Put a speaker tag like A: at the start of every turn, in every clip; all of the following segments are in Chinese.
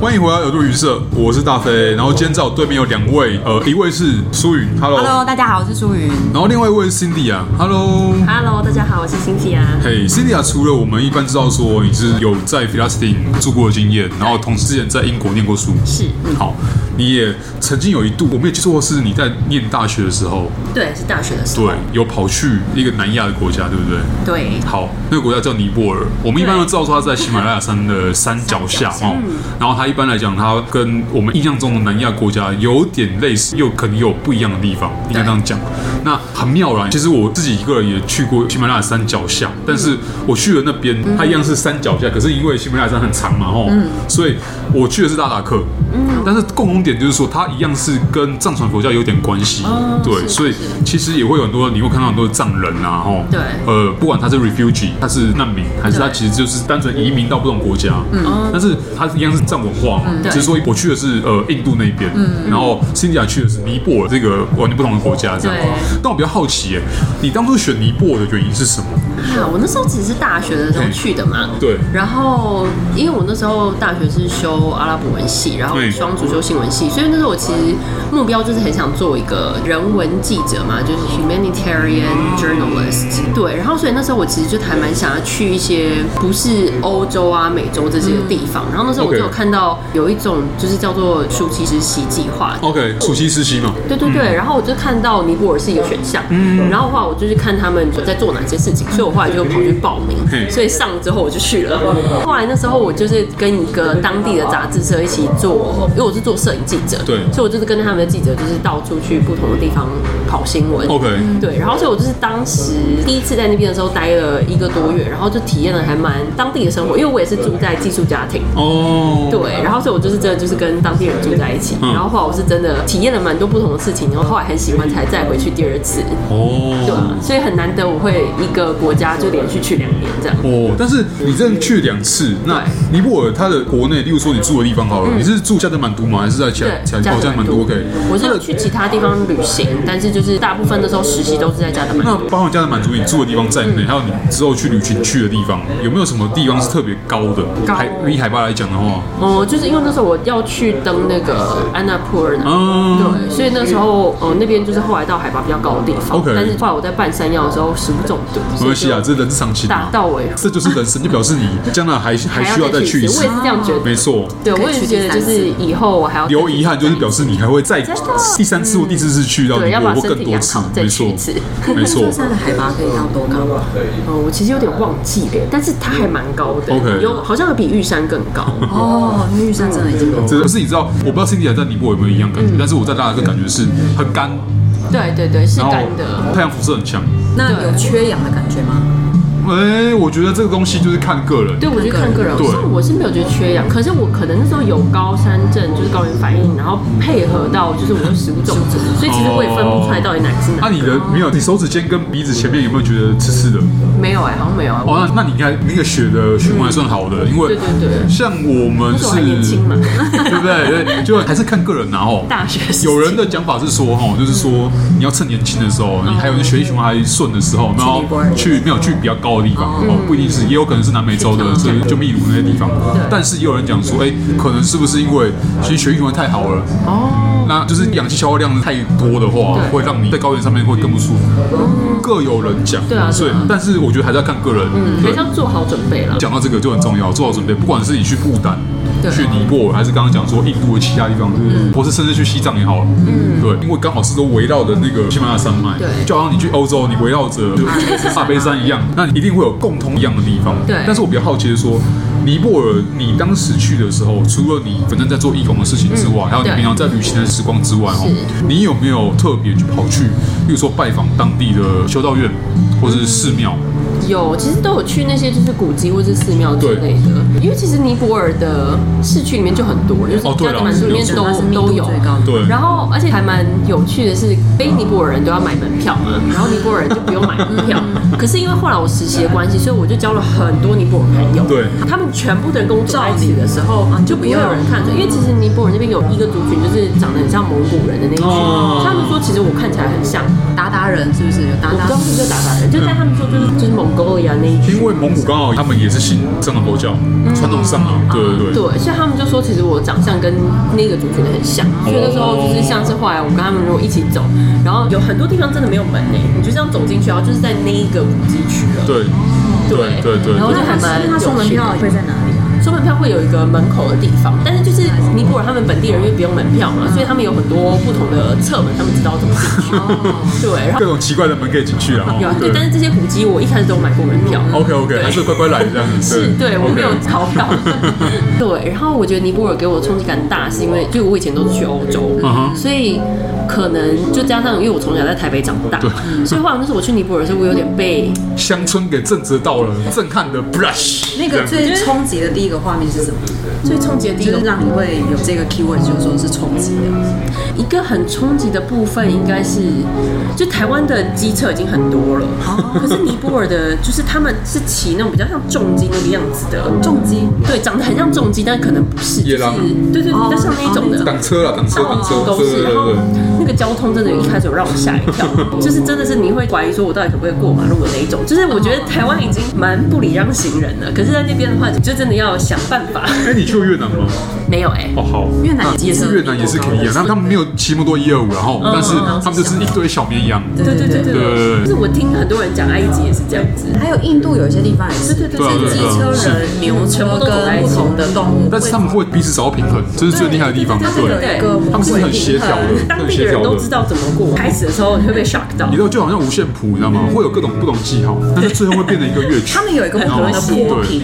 A: 欢迎回到有度旅社，我是大飞。然后今天在我对面有两位，呃，一位是苏云，Hello，,
B: 哦
C: Hello，大家好，我是舒云。
A: 然后另外一位是 Cindy 啊，Hello。
B: Hello，大家好，我是辛迪啊。
A: 嘿、c i n d y 啊，除了我们一般知道说你是有在 p h i l a s t i n 住过的经验，然后同时之前在英国念过书，
B: 是嗯
A: 好，你也曾经有一度，我没有记错是你在念大学的时候，
B: 对，是大学的时候
A: 对。，有跑去一个南亚的国家，对不对？
B: 对，
A: 好，那个国家叫尼泊尔，我们一般都
B: 对
A: 知道说它在喜马拉雅山的山脚下
B: 山脚下
A: 哦。然后它一般来讲，它跟我们印象中的南亚国家有点类似，又可能有不一样的地方，应该这样讲。那很妙啦，其实我自己一个人也去过喜马拉雅山脚下，但是我去了那边，
B: 嗯
A: 它一样是山脚下，可是因为喜马拉雅山很长嘛，哦，所以我去的是拉达克。
B: 嗯
A: 但是共同点就是说，它一样是跟藏传佛教有点关系，
B: 哦
A: 对，
B: 是
A: 所以
B: 是
A: 其实也会有很多，你会看到很多藏人啊，吼，
B: 对
A: 呃，不管他是 refugee，他是难民，还是他
B: 对
A: 其实就是单纯移民到不同国家，嗯，但是他一样是藏文化嘛，
B: 嗯对嗯
A: 只是说我去的是呃印度那边，然后辛迪亚去的是尼泊尔这个完全不同的国家这样
B: 对。
A: 但我比较好奇，哎，你当初选尼泊尔的原因是什么？
B: 啊，我那时候只是大学的时候
A: 嗯
B: 去的嘛。
A: 对
B: 然后，因为我那时候大学是修阿拉伯文系，然后
A: 对
B: 双主修新闻系，所以那时候我其实目标就是很想做一个人文记者嘛，就是 humanitarian journalist。对，然后所以那时候我其实就还蛮想要去一些不是欧洲啊、美洲这些地
C: 嗯
B: 方。然后那时候我就
A: OK
B: 有看到有一种就是叫做暑期实习计划，
A: ？OK，暑期实习嘛，
B: 对对
A: 嗯
B: 对，然后我就看到尼泊尔是一个选项，然后的话我就去看他们在做哪些事
A: 嗯
B: 情，所以我后来就跑去报名
A: 嘿，
B: 所以上了之后我就去了。后来那时候我就是跟一个当地的杂志社一起做，因为我是做摄影记者，
A: 对
B: 所以我就是跟他们的记者就是到处去不同的地方跑新闻。
A: OK
B: 对，然后所以我就是当时第一次在那边的时候待了一个多月，然后就体验了还蛮当地的生活，因为我也是住在寄宿家庭，
A: 哦，
B: 对，然后所以我就是真的就是跟当地人住在一起，
A: 嗯
B: 然后后来我是真的体验了蛮多不同的事情，然后后来很喜欢才再回去第二次，对啊
A: 哦，，
B: 所以很难得我会一个国家就连续去两年这样。
A: 哦，但是你这样去两次，那尼泊尔它的国内，例如说你住的地方好了，你是住加德满都吗？还是在其
B: 嗯对，
A: 他其他？哦，加德满都 OK。
B: 我是有去其他地方旅行，但是就是大部分的时候实习都是在加德满
A: 那
B: 都。
A: 包含加德满都你住的地方在
B: 嗯
A: 内，还有你之后去旅行去的地方，有没有什么地方是特别高的？
B: 高
A: 海以海拔来讲的话，
B: 哦，就是因为那时候我要去登那个安娜普尔呢，
A: 嗯
B: 对，所以那时候呃那边就是后来到海拔比较高的地方
A: OK
B: 但是后来我在半山腰的时候食物中毒，
A: 没
B: 所以
A: 关系啊，
B: 就
A: 这人之常情
B: 打
A: 嘛。
B: 到尾，
A: 这就是人生，就表示你将来还还需要再去一
B: 我
A: 次
B: 也。是这样觉得。
A: 没错，
B: 对，我也觉得就是以后我还要
A: 留遗憾就是表示你还会再第三次或第四次去到
B: 啊对，
A: 尼
B: 要
A: 泊尔或
B: 把身
A: 更
B: 体
A: 多
B: 养
A: 次
B: 好，再
A: 没
B: 去
A: 错
B: 一次。
A: 没错
C: 那。山的海拔可以到多高啊？
B: 哦，我其实有点忘记了，但是它还蛮高的
A: 嗯 OK
B: 有好像有比玉山更高。
C: 哦，玉山真的已经够
A: 这可是你知道，我不知道 Cindy 在尼泊尔有没有一样感觉，
B: 嗯
A: 但是我在拉达克感觉是很干，
B: 对对对，是
A: 然后
B: 干的。
A: 太阳辐射很强。
C: 那有缺氧的感觉吗？
A: 哎、我觉得这个东西就是看个人。
B: 对，我觉得看个人，
A: 对
B: 像我是没有觉得缺氧，可是我可能那时候有高山症，就是高原反应，然后配合到就是我的食物中毒，所以其实我也分不出来到底哪个是
A: 那、
B: 哪
A: 你
B: 个。
A: 的没有，你手指尖跟鼻子前面有没有觉得刺刺的？
B: 没有哎，好像没有啊。
A: 哦，那那你应该那个血的循环还算好的，因为
B: 对对对
A: 像我们
B: 那时候还
A: 是，
B: 年轻嘛
A: 对不对？对就还是看个人啊哦然、后
B: 大学时期
A: 有人的讲法是说，哈，就是说你要趁年轻的时候，你还有血液循环还顺的时候，然后
C: 尼
B: 嗯
C: 泊尔
A: 去没有去比较高的地方，哦，不一定是，也有可能是南美洲的，所以就秘鲁那些地方。但是也有人讲说，哎，可能是不是因为其实血液循环太好了，
B: 哦，
A: 那就是氧气消耗量太多的话，
B: 对哦
A: 会让你在高原上面会更不舒服。各有人讲，
B: 对啊对啊
A: 所以但是我觉得还是要看个人。
B: 嗯，还
A: 对
B: 是要做好准备啦。
A: 讲到这个就很重要，做好准备，不管是你去不丹、
B: 对嗯
A: 去尼泊尔，还是刚刚讲说印度的其他地方，或是甚至去西藏也好了，嗯，对，因为刚好是都围绕着那个喜马拉雅山脉，
B: 对
A: 就好像你去欧洲，你围绕着就阿尔卑斯山一样，那你一定会有共同一样的地方，
B: 对
A: 但是我比较好奇的是说。尼泊尔，你当时去的时候，除了你本身在做义工的事情之外，还有你
B: 嗯对
A: 平常在旅行的时光之外，哦，
B: 是
A: 你有没有特别去跑去，例如说拜访当地的修道院或是寺庙？
B: 有，其实都有去那些就是古迹或是寺庙之类的，因为其实尼泊尔的市区里面就很多，就是
A: 哦对
B: 加
A: 啦
B: 德满都里面
C: 是
B: 都
C: 它是密度
B: 都有
C: 最高的。
A: 对，
B: 然后，而且还蛮有趣的是，非尼泊尔人都要买门票嘛，然后尼泊尔人就不用买门票。可是因为后来我实习的关系，所以我就交了很多尼泊尔朋友。
A: 对
B: 他们全部的人跟我走在一起的时候，就不会有人看着，因为其实尼泊尔那边有一个族群，就是长得很像蒙古人的那一群。
A: 哦
B: 他们说，其实我看起来很像，
C: 达达人是不是有达
B: 我不知道
C: 达
A: 嗯
B: 是不是叫鞑靼人，就在他们说就是就是蒙 Mongolia 那一区。
A: 因为蒙古刚好他们也是信藏传佛教，传统上啊，
B: 嗯
A: 对对对。
B: 对，所以他们就说，其实我长相跟那个族群的很像，
A: 哦
B: 所以那时候就是像是后来我跟他们如果一起走，然后有很多地方真的没有门呢、你就这样走进去，然后就是在那一个古迹区了。
A: 对对对对
B: 然后
A: 对
B: 就还蛮
C: 那他收门票会在哪里啊？
B: 收门票会有一个门口的地方，但是就是尼泊尔他们本地人因为不用门票嘛，所以他们有很多不同的侧门，他们知道怎么进去。
A: 哦
B: 对，然后
A: 各种奇怪的门可以进去了
B: 有
A: 哦。
B: 对，但是这些古迹我一开始都有买过门票。
A: OK OK，
B: 对
A: 还是乖乖来这样子。
B: 是对我
A: OK
B: 没有逃 票。对，然后我觉得尼泊尔给我冲击感大，是因为就我以前都是去欧洲
A: 嗯哼
B: 所以可能就加上因为我从小在台北长大，所以后来那时候我去尼泊尔的时候，我有点 被
A: 乡村给震慑到了，震撼的 brush。
C: 那
B: 啊
C: 个最冲击的第一个画面是什么？
B: 最冲击的第一
C: 就
B: 个
C: 是让你会有这个 keyword，就是说是冲击的。
B: 一个很冲击的部分应该是，就台湾的机车已经很多了，可是尼泊尔的，就是他们是骑那种比较像重机那个样子的，
C: 重击，
B: 对，长得很像重机，但可能不是，
A: 野
B: 就是
A: 狼
B: 对对对，
C: 哦
B: 比较像那一种的。
A: 挡车了，挡车，
B: 到
A: 挡
B: 处
A: 车，
B: 都
A: 对对
B: 是，哦然
A: 对
B: 后
A: 对。
B: 那个交通真的，一开始有让我吓一跳，就是真的是你会怀疑说我到底可不可以过马路的那一种。就是我觉得台湾已经蛮不礼让行人了，可是在那边的话，你就真的要想办法。
A: 哎，你去过越南吗？
B: 没有哎、
A: 哦，好，
C: 越南也是
A: 那越南也是可以啊，他们他们没有骑摩托一二五，然后但是他们就是一堆小绵羊。
B: 对对对
A: 对
B: 对对，就是我听很多人讲埃及也是这样子。
C: 还有印度有一些地方也是，
B: 对
A: 对
B: 对
C: 是
A: 对
C: 机
A: 对
C: 车
A: 是
C: 人、牛车跟不同的动物，
A: 但是他们会彼此找到平衡，这是最厉害的地方。
C: 对对对对
A: 他们是很协调的，
B: 当
A: 很
B: 地
A: 协
B: 的人
A: 调
B: 都
A: 的
B: 知。道怎么过，开始的时候你会被 shock 到
A: 你知。道就好像五线谱，你知道
B: 嗯
A: 吗？会有各种不同记号，但是最后会变成一个 乐曲
C: 他。们有一个不同的波平，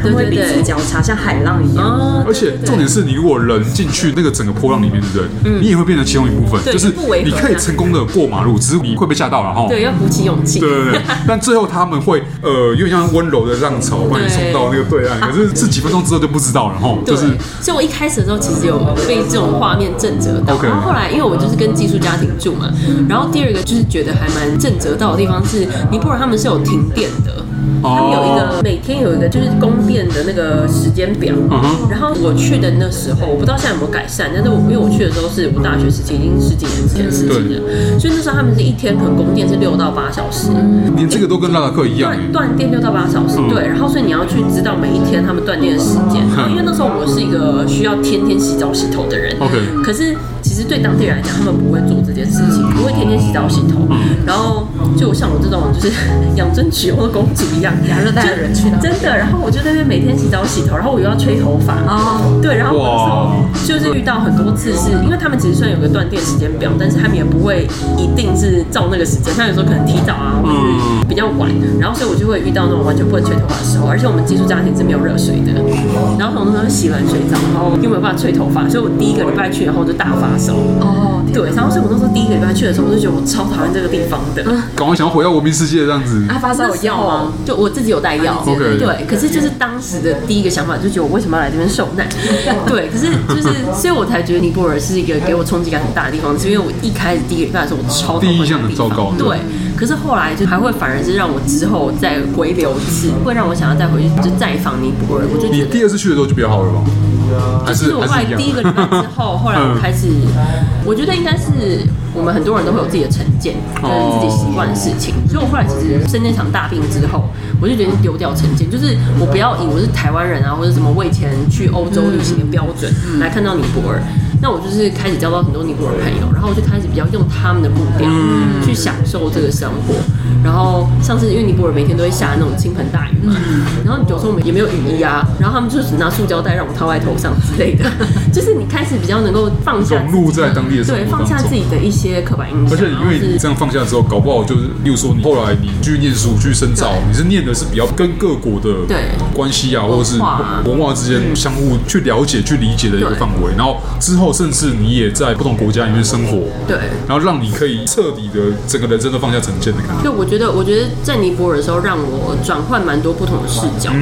C: 他们会彼此交叉，像海浪一样。
B: 哦
A: 而且重点是你如果人进去那个整个波浪里面，对不对？你也会变成其中一部分，
B: 嗯对
A: 就是
B: 不违和
A: 你可以成功的过马路，只是你会被吓到了哈。
B: 对，要鼓起勇气。
A: 对对 对，但最后他们会呃，有点像温柔的浪潮把你送到那个对岸，可是这几分钟之后就不知道了哈，
B: 对，
A: 就是
B: 所以我一开始的时候其实有被这种画面震慑到
A: OK
B: 然后后来因为我就是跟寄宿家庭住嘛，然后第二个就是觉得还蛮震慑到的地方是尼泊尔他们是有停电的。
A: 哦
B: 他们有一个每天有一个就是供电的那个时间表
A: 嗯哼
B: 然后我去的那时候，我不知道现在有没有改善，但是我因为我去的时候是我大学时期，已经十几年前的事情了，所以那时候他们是一天可能供电是六到八小时，
A: 连这个都跟拉达克一样
B: 断
A: 哎，
B: 断电六到八小时，
A: 嗯
B: 对，然后所以你要去知道每一天他们断电的时间。然后因为那时候我是一个需要天天洗澡洗头的人
A: OK
B: 可是其实对当地人来讲，他们不会做这件事情，
A: 嗯
B: 不会天天洗澡洗头。然后就像我这种就是养尊处优的公主一样，
C: 亚热带的人去哪
B: 真的。然后我就在那边每天洗澡洗头，然后我又要吹头发，
C: 哦，
B: 对，然
A: 哇
B: 后我那时候就是遇到很多次是，因为他们其实虽然有个断电时间表，但是他们也不会一定是照那个时间，他有时候可能提早啊，或
A: 嗯
B: 是比较晚，然后所以我就会遇到那种完全不能吹头发的时候，而且我们寄宿家庭是没有热水的，然后从那时候洗完水澡，然后又没有办法吹头发，所以我第一个礼拜去，然后就大发烧。
C: 哦，天
B: 对，然后所以我那时候第一个礼拜去的时候，我就觉得我超讨厌这个地方的。
A: 赶快想要回到文明世界这样子。
C: 啊，发烧有药吗？？
B: 就我啊自己有带药。
A: OK
B: 对，可是就是当时的第一个想法，就觉得我为什么要来这边受 难？对，可是就是，所以我才觉得尼泊尔是一个给我冲击感很大的地方，是因为我一开始第一个礼拜的时候，我超讨厌
A: 第一印象很
B: 那个地方
A: 糟糕
B: 对。可是后来就还会反而是让我之后再回流一次，会让我想要再回去就再访尼泊尔，我就觉
A: 你
B: 得。
A: 第二次去的时候就比较好了吧？还
B: 就是
A: 是
B: 我后
A: 还
B: 来
A: 是一样嗯
B: 第一个礼拜之后，后来 我开始，我觉得应该是我们很多人都会有自己的成见，
A: 哦
B: 就是自己习惯的事情。所以我后来其实生那场大病之后，我就决定丢掉成见，就是我不要以我是台湾人啊，或者什么我以前去欧洲旅行的标准
A: 嗯
B: 来看到尼泊尔。那我就是开始交到很多尼泊尔朋友，然后我就开始比较用他们的步调
A: 嗯
B: 去享受这个生活。然后上次因为尼泊尔每天都会下那种倾盆大雨嘛，
A: 嗯
B: 然后有时候我们也没有雨衣啊，然后他们就是拿塑胶袋让我们套在头上之类的， 就是你开始比较能够放下自己
A: 融入在当地的生活
B: 对，放下
A: 当中
B: 自己的一些刻板印
A: 而
B: 象，
A: 且因为你这样放下之后，搞不好就是，例如说你后来你去念书去深造
B: 对，
A: 你是念的是比较跟各国的
B: 对
A: 关系啊，或者是
B: 文化啊
A: 文化之间相互去了解、去理解的一个
B: 对
A: 范围。然后之后甚至你也在不同国家里面生活，
B: 对
A: 然后让你可以彻底的整个人生都放下成见的感觉。
B: 对，我觉得，我觉得在尼泊尔的时候，让我转换蛮多不同的视角的，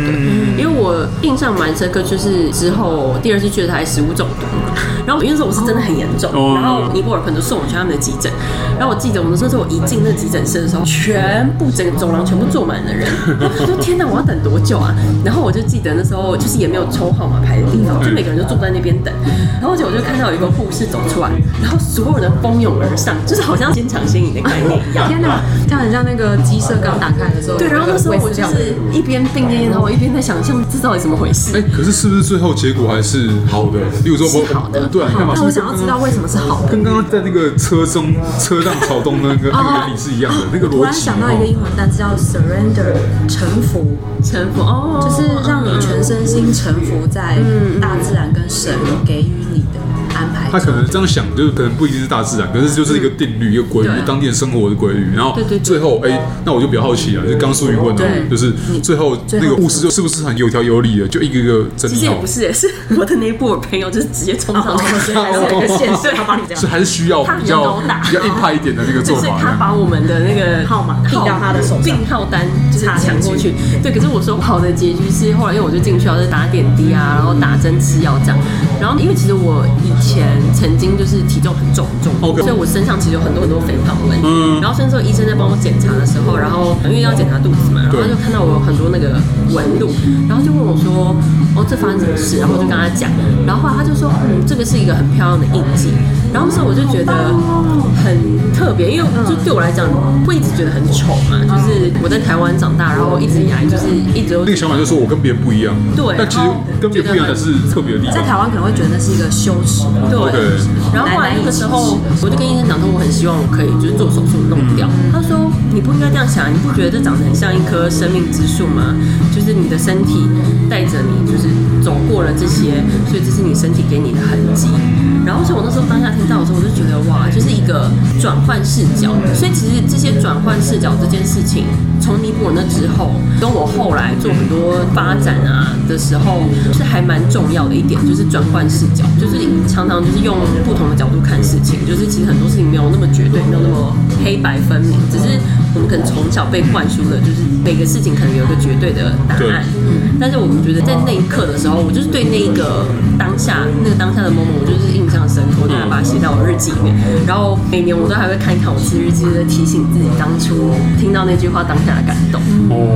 B: 因为我印象蛮深刻，就是之后第二次去的台食物中毒， 然后因为那时候我是真的很严重，
A: 哦
B: 然后尼泊尔朋友就送我去他们的急诊，然后我记得我那时候我一进那急诊室的时候，全部整个走廊全部坐满了人， 然后我说天哪，我要等多久啊？然后我就记得那时候就是也没有抽号码牌的地方，就每个人就坐在那边等，然后而且我就看看到有一个护士走出来，然后所有人蜂拥而上，就是好像坚强心理的概念一样。
C: 天哪，这样很像那个鸡舍刚打开的时候。
B: 对，然后那时候我就是一边订烟，然后我一边在想象这到底怎么回
A: 哎，
B: 事。
A: 可是是不是最后结果还是好的？例如说我，
B: 是好的
A: 对啊，你看嘛，
C: 那我想要知道为什么是好的。
A: 跟刚刚在那个车中车上吵动那
B: 哦
A: 个那个原理是一样的，那个
C: 我突
A: 逻
C: 然
A: 辑。哦
C: 想到一个英文单词叫 surrender，臣服，
B: 臣服哦，
C: 就是让你全身心臣服在大自然跟神给予你的安排
A: 他可能这样想，就是可能不一定是大自然，可是就是一个定律、一个规律
B: 对，
A: 当地的生活的规律。然后
B: 对对对
A: 最后，哎，那我就比较好奇了，就刚苏云问的哦
B: 对，
A: 就是最后
C: 最后
A: 那个护士就是不是很有条有理的，就一个一个整
B: 其
A: 理
B: 实也
A: 好
B: 不，是，是 我的那一部朋友就是直接冲上去，
C: 哦
B: 还是有一个限制，他帮你这样
A: 是还是需要
B: 他比
A: 比
B: 较
A: 较
B: 高大
A: 比较硬派一点的那个做
B: 就是
A: 法。这
B: 他
A: 样
B: 把我们的那个
C: 号码递到他的手上
B: 病号单就是抢过去。对，可是我说不好的结局是后来，因为我就进去，然后就打点滴啊，然后打针吃药这样。然后因为其实我以前曾经就是体重很重重，
A: OK
B: 所以我身上其实有很多很多肥胖的问题。
A: 嗯
B: 然后甚至医生在帮我检查的时候，然后因为要检查肚子嘛，然后
A: 对
B: 他就看到我有很多那个纹路，然后就问我说：“哦，这发生什么事？”然后我就跟他讲，然后后来他就说：“嗯，这个是一个很漂亮的印记。”然后那时候我就觉得很特别，因为就对我来讲，会一直觉得很丑嘛，就是我在台湾长大，然后一直以来就是一直都
A: 那个想法就是说我跟别人不一样，
B: 对
A: 但其实
B: 然后
A: 跟别人不一样的
B: 觉
A: 是特别的地
C: 在
A: 方。
C: 台湾可能会觉得那是一个羞耻，
A: OK
B: 对，然后后来那个时候，我就跟医生讲说，我很希望我可以就是做手术弄掉。他说你不应该这样想，你不觉得这长得很像一棵生命之树吗？就是你的身体带着你，就是走过了这些，所以这是你身体给你的痕迹。然后像我那时候当下听到的时候，我就觉得哇，就是一个转换视角。所以其实这些转换视角这件事情，从尼泊尔那之后，跟我后来做很多发展啊的时候，是还蛮重要的一点，就是转换视角，就是你常常就是用不同的角度看事情，就是其实很多事情没有那么绝对，没有那么黑白分明，只是我们可能从小被灌输的，就是每个事情可能有一个绝对的答
A: 对
B: 案。但是我们觉得在那一刻的时候，我就是对那一个当下那个当下的 moment，我就是印象深刻，我就把它写到我日记里面。然后每年我都还会看一看我自己日记，就是提醒自己当初听到那句话当下的感动。
A: 哦，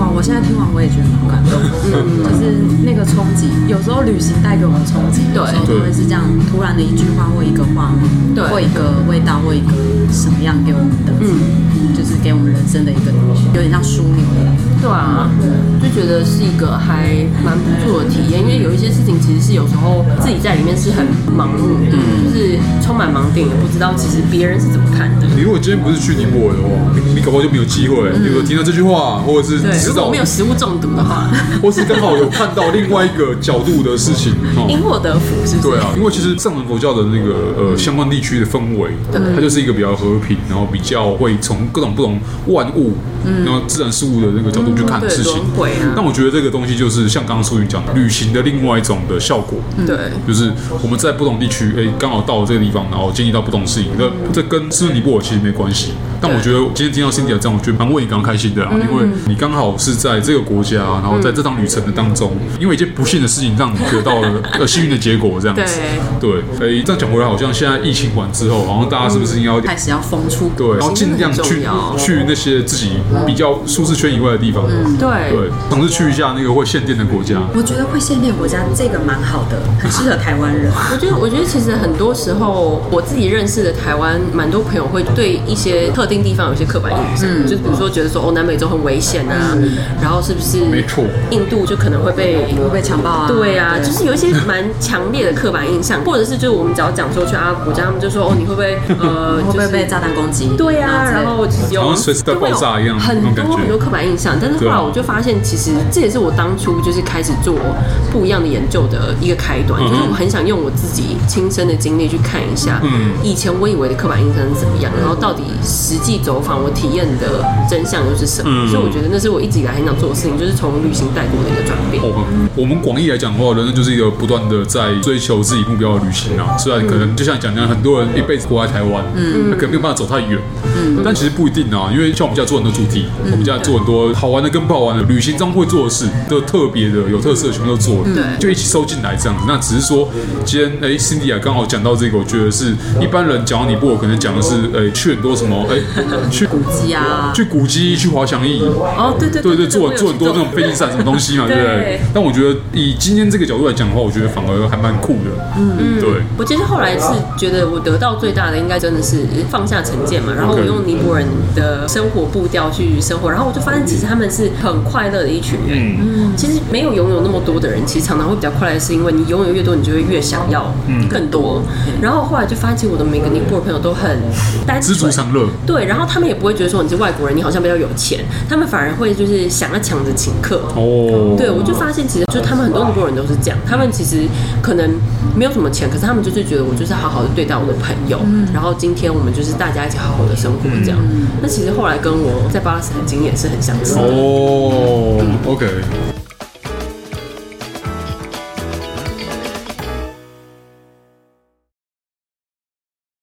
C: 哇，我现在听完我也觉得好感动，嗯，就是那个冲击，有时候旅行带给我们冲击，
B: 对
C: 有时候会是这样突然的一句话或一个画面，
B: 对
C: 或一个味道或一个什么样给我们的，嗯，就是给我们人生的一个有点像枢纽的，
B: 对啊，就觉得是一个还蛮不错的体验，因为有一些事情其实是有时候自己在里面是很盲目的，就是充满盲点，也不知道其实别人是怎么看的。
A: 你如果今天不是去尼泊尔的话，你你搞不好就没有机会。比如说听到这句话，或者是
B: 嗯对，
A: 知
B: 如果
A: 道
B: 没，有食物中毒的 话，
A: 或是刚好有看到另外一个角度的事情，哦
B: 因祸得福，是不是？
A: 对啊，因为其实藏传佛教的那个
B: 嗯
A: 呃相关地区的氛围，它就是一个比较和平，然后比较会从各种不同万物，然后自然事物的那个角度去看
B: 嗯对
A: 事情
B: 轮。回啊
A: 但我觉得这个东西就是像刚刚淑云讲的，旅行的另外一种的效果。
B: 对
A: 就是我们在不同地区，哎、刚好到了这个地方，然后经历到不同的事情，那这跟是不是尼泊尔其实没关系。但我觉得今天听到 Cindy 的这样，我觉得蛮为你刚开心的啦，啊
B: 嗯
A: 因为你刚好是在这个国家，然后在这趟旅程的当中，因为一件不幸的事情让你得到 了呃幸运的结果，这样子。对，哎、这样讲回来，好像现在疫情完之后，好像大家是不是应该要
C: 开始要疯出国，
A: 对，然后尽量
B: 重
A: 去
B: 要嗯
A: 去那些自己比较舒适圈以外的地方，
B: 对嗯
A: 对，尝试去一下那个会限电的国家。
C: 我觉得会限定国家这个蛮好的，很适合台湾人，
B: 我觉得，我觉得其实很多时候，我自己认识的台湾蛮多朋友会对一些特定地方有一些刻板印象，
A: 嗯
B: 就比如说觉得说哦，南美洲很危险啊，然后是不是？
A: 没错嗯
B: 印度就可能会被
C: 会被强暴啊，
B: 对啊，就是有一些蛮强烈的刻板印象，或者是就是我们只要讲说去阿拉伯国家，他们就说哦，你会不会呃，
C: 会不
B: 就
C: 会
B: 是
C: 被炸弹攻击？
B: 对呀、
C: 之类的
B: 然后就是有
A: 好像随时在爆炸一样
B: 就会有
A: 那种
B: 很
A: 感觉
B: 多很多刻板印象。但是后
A: 对
B: 来
A: 啊
B: 我就发现，其实这也是我当初就是开始做不一样的研究的一个开端，
A: 嗯哼
B: 就是我很想用我自己亲身的经历去看一下，
A: 嗯
B: 以前我以为的刻板印象是怎么样，然后到底实际走访我体验的真相又是什么。
A: 嗯
B: 所以我觉得那是我一直以来很想做的事情，就是从旅行带过的一个转变。
A: 哦，我们广义来讲的话，人生就是一个不断的在追求自己目标的旅行啊。虽然可能就像你讲的，很多人一辈子活在台湾，嗯，可能没有办法走太远，嗯，但其实不一定啊，因为像我们家做很多主题，
C: 嗯
A: 我们家做很多好玩的跟不好玩的，旅行中会做的事，都特别的、有特色，全部都做了，
C: 嗯
B: 对
A: 就一起收进来这样子。那只是说，今天哎，Cindy 啊，刚好讲到这个，我觉得是一般人讲到尼泊尔，可能讲的是哎去很多什么哎去
C: 古迹啊，
A: 去古迹、去滑翔翼，
C: 哦，对对
A: 对 对，
C: 对，
A: 做
C: 我有
A: 做很多
C: 去
A: 那种飞机伞什么东西嘛，对不对
C: 对？
A: 但我觉得以今天这个角度来讲的话，我觉得反而还蛮酷的。嗯，对，
B: 我其实后来是觉得我得到最大的应该真的是放下成见嘛，然后我
A: OK
B: 用尼泊尔人的生活步调去生活，然后我就发现其实他们是很快乐的一群人。嗯，其实没有拥有那么多的人，其实常常会比较快乐，是因为你拥有越多，你就会越想要更多。然后后来就发现，其实我的每个尼泊尔朋友都很单
A: 知足
B: 纯。
A: 常乐。
B: 对，然后他们也不会觉得说你是外国人，你好像比较有钱，他们反而会就是想要抢着请客。
A: 哦，
B: 对，我就发现其实就是他们很多尼泊尔人都是这样，他们其实可能没有什么钱，可是他们就是觉得我就是好好的对待我的朋友，然后今天我们就是大家一起好好的生活这样。那其实后来跟我在巴勒斯坦经验是很相似的。
A: 哦哦，OK，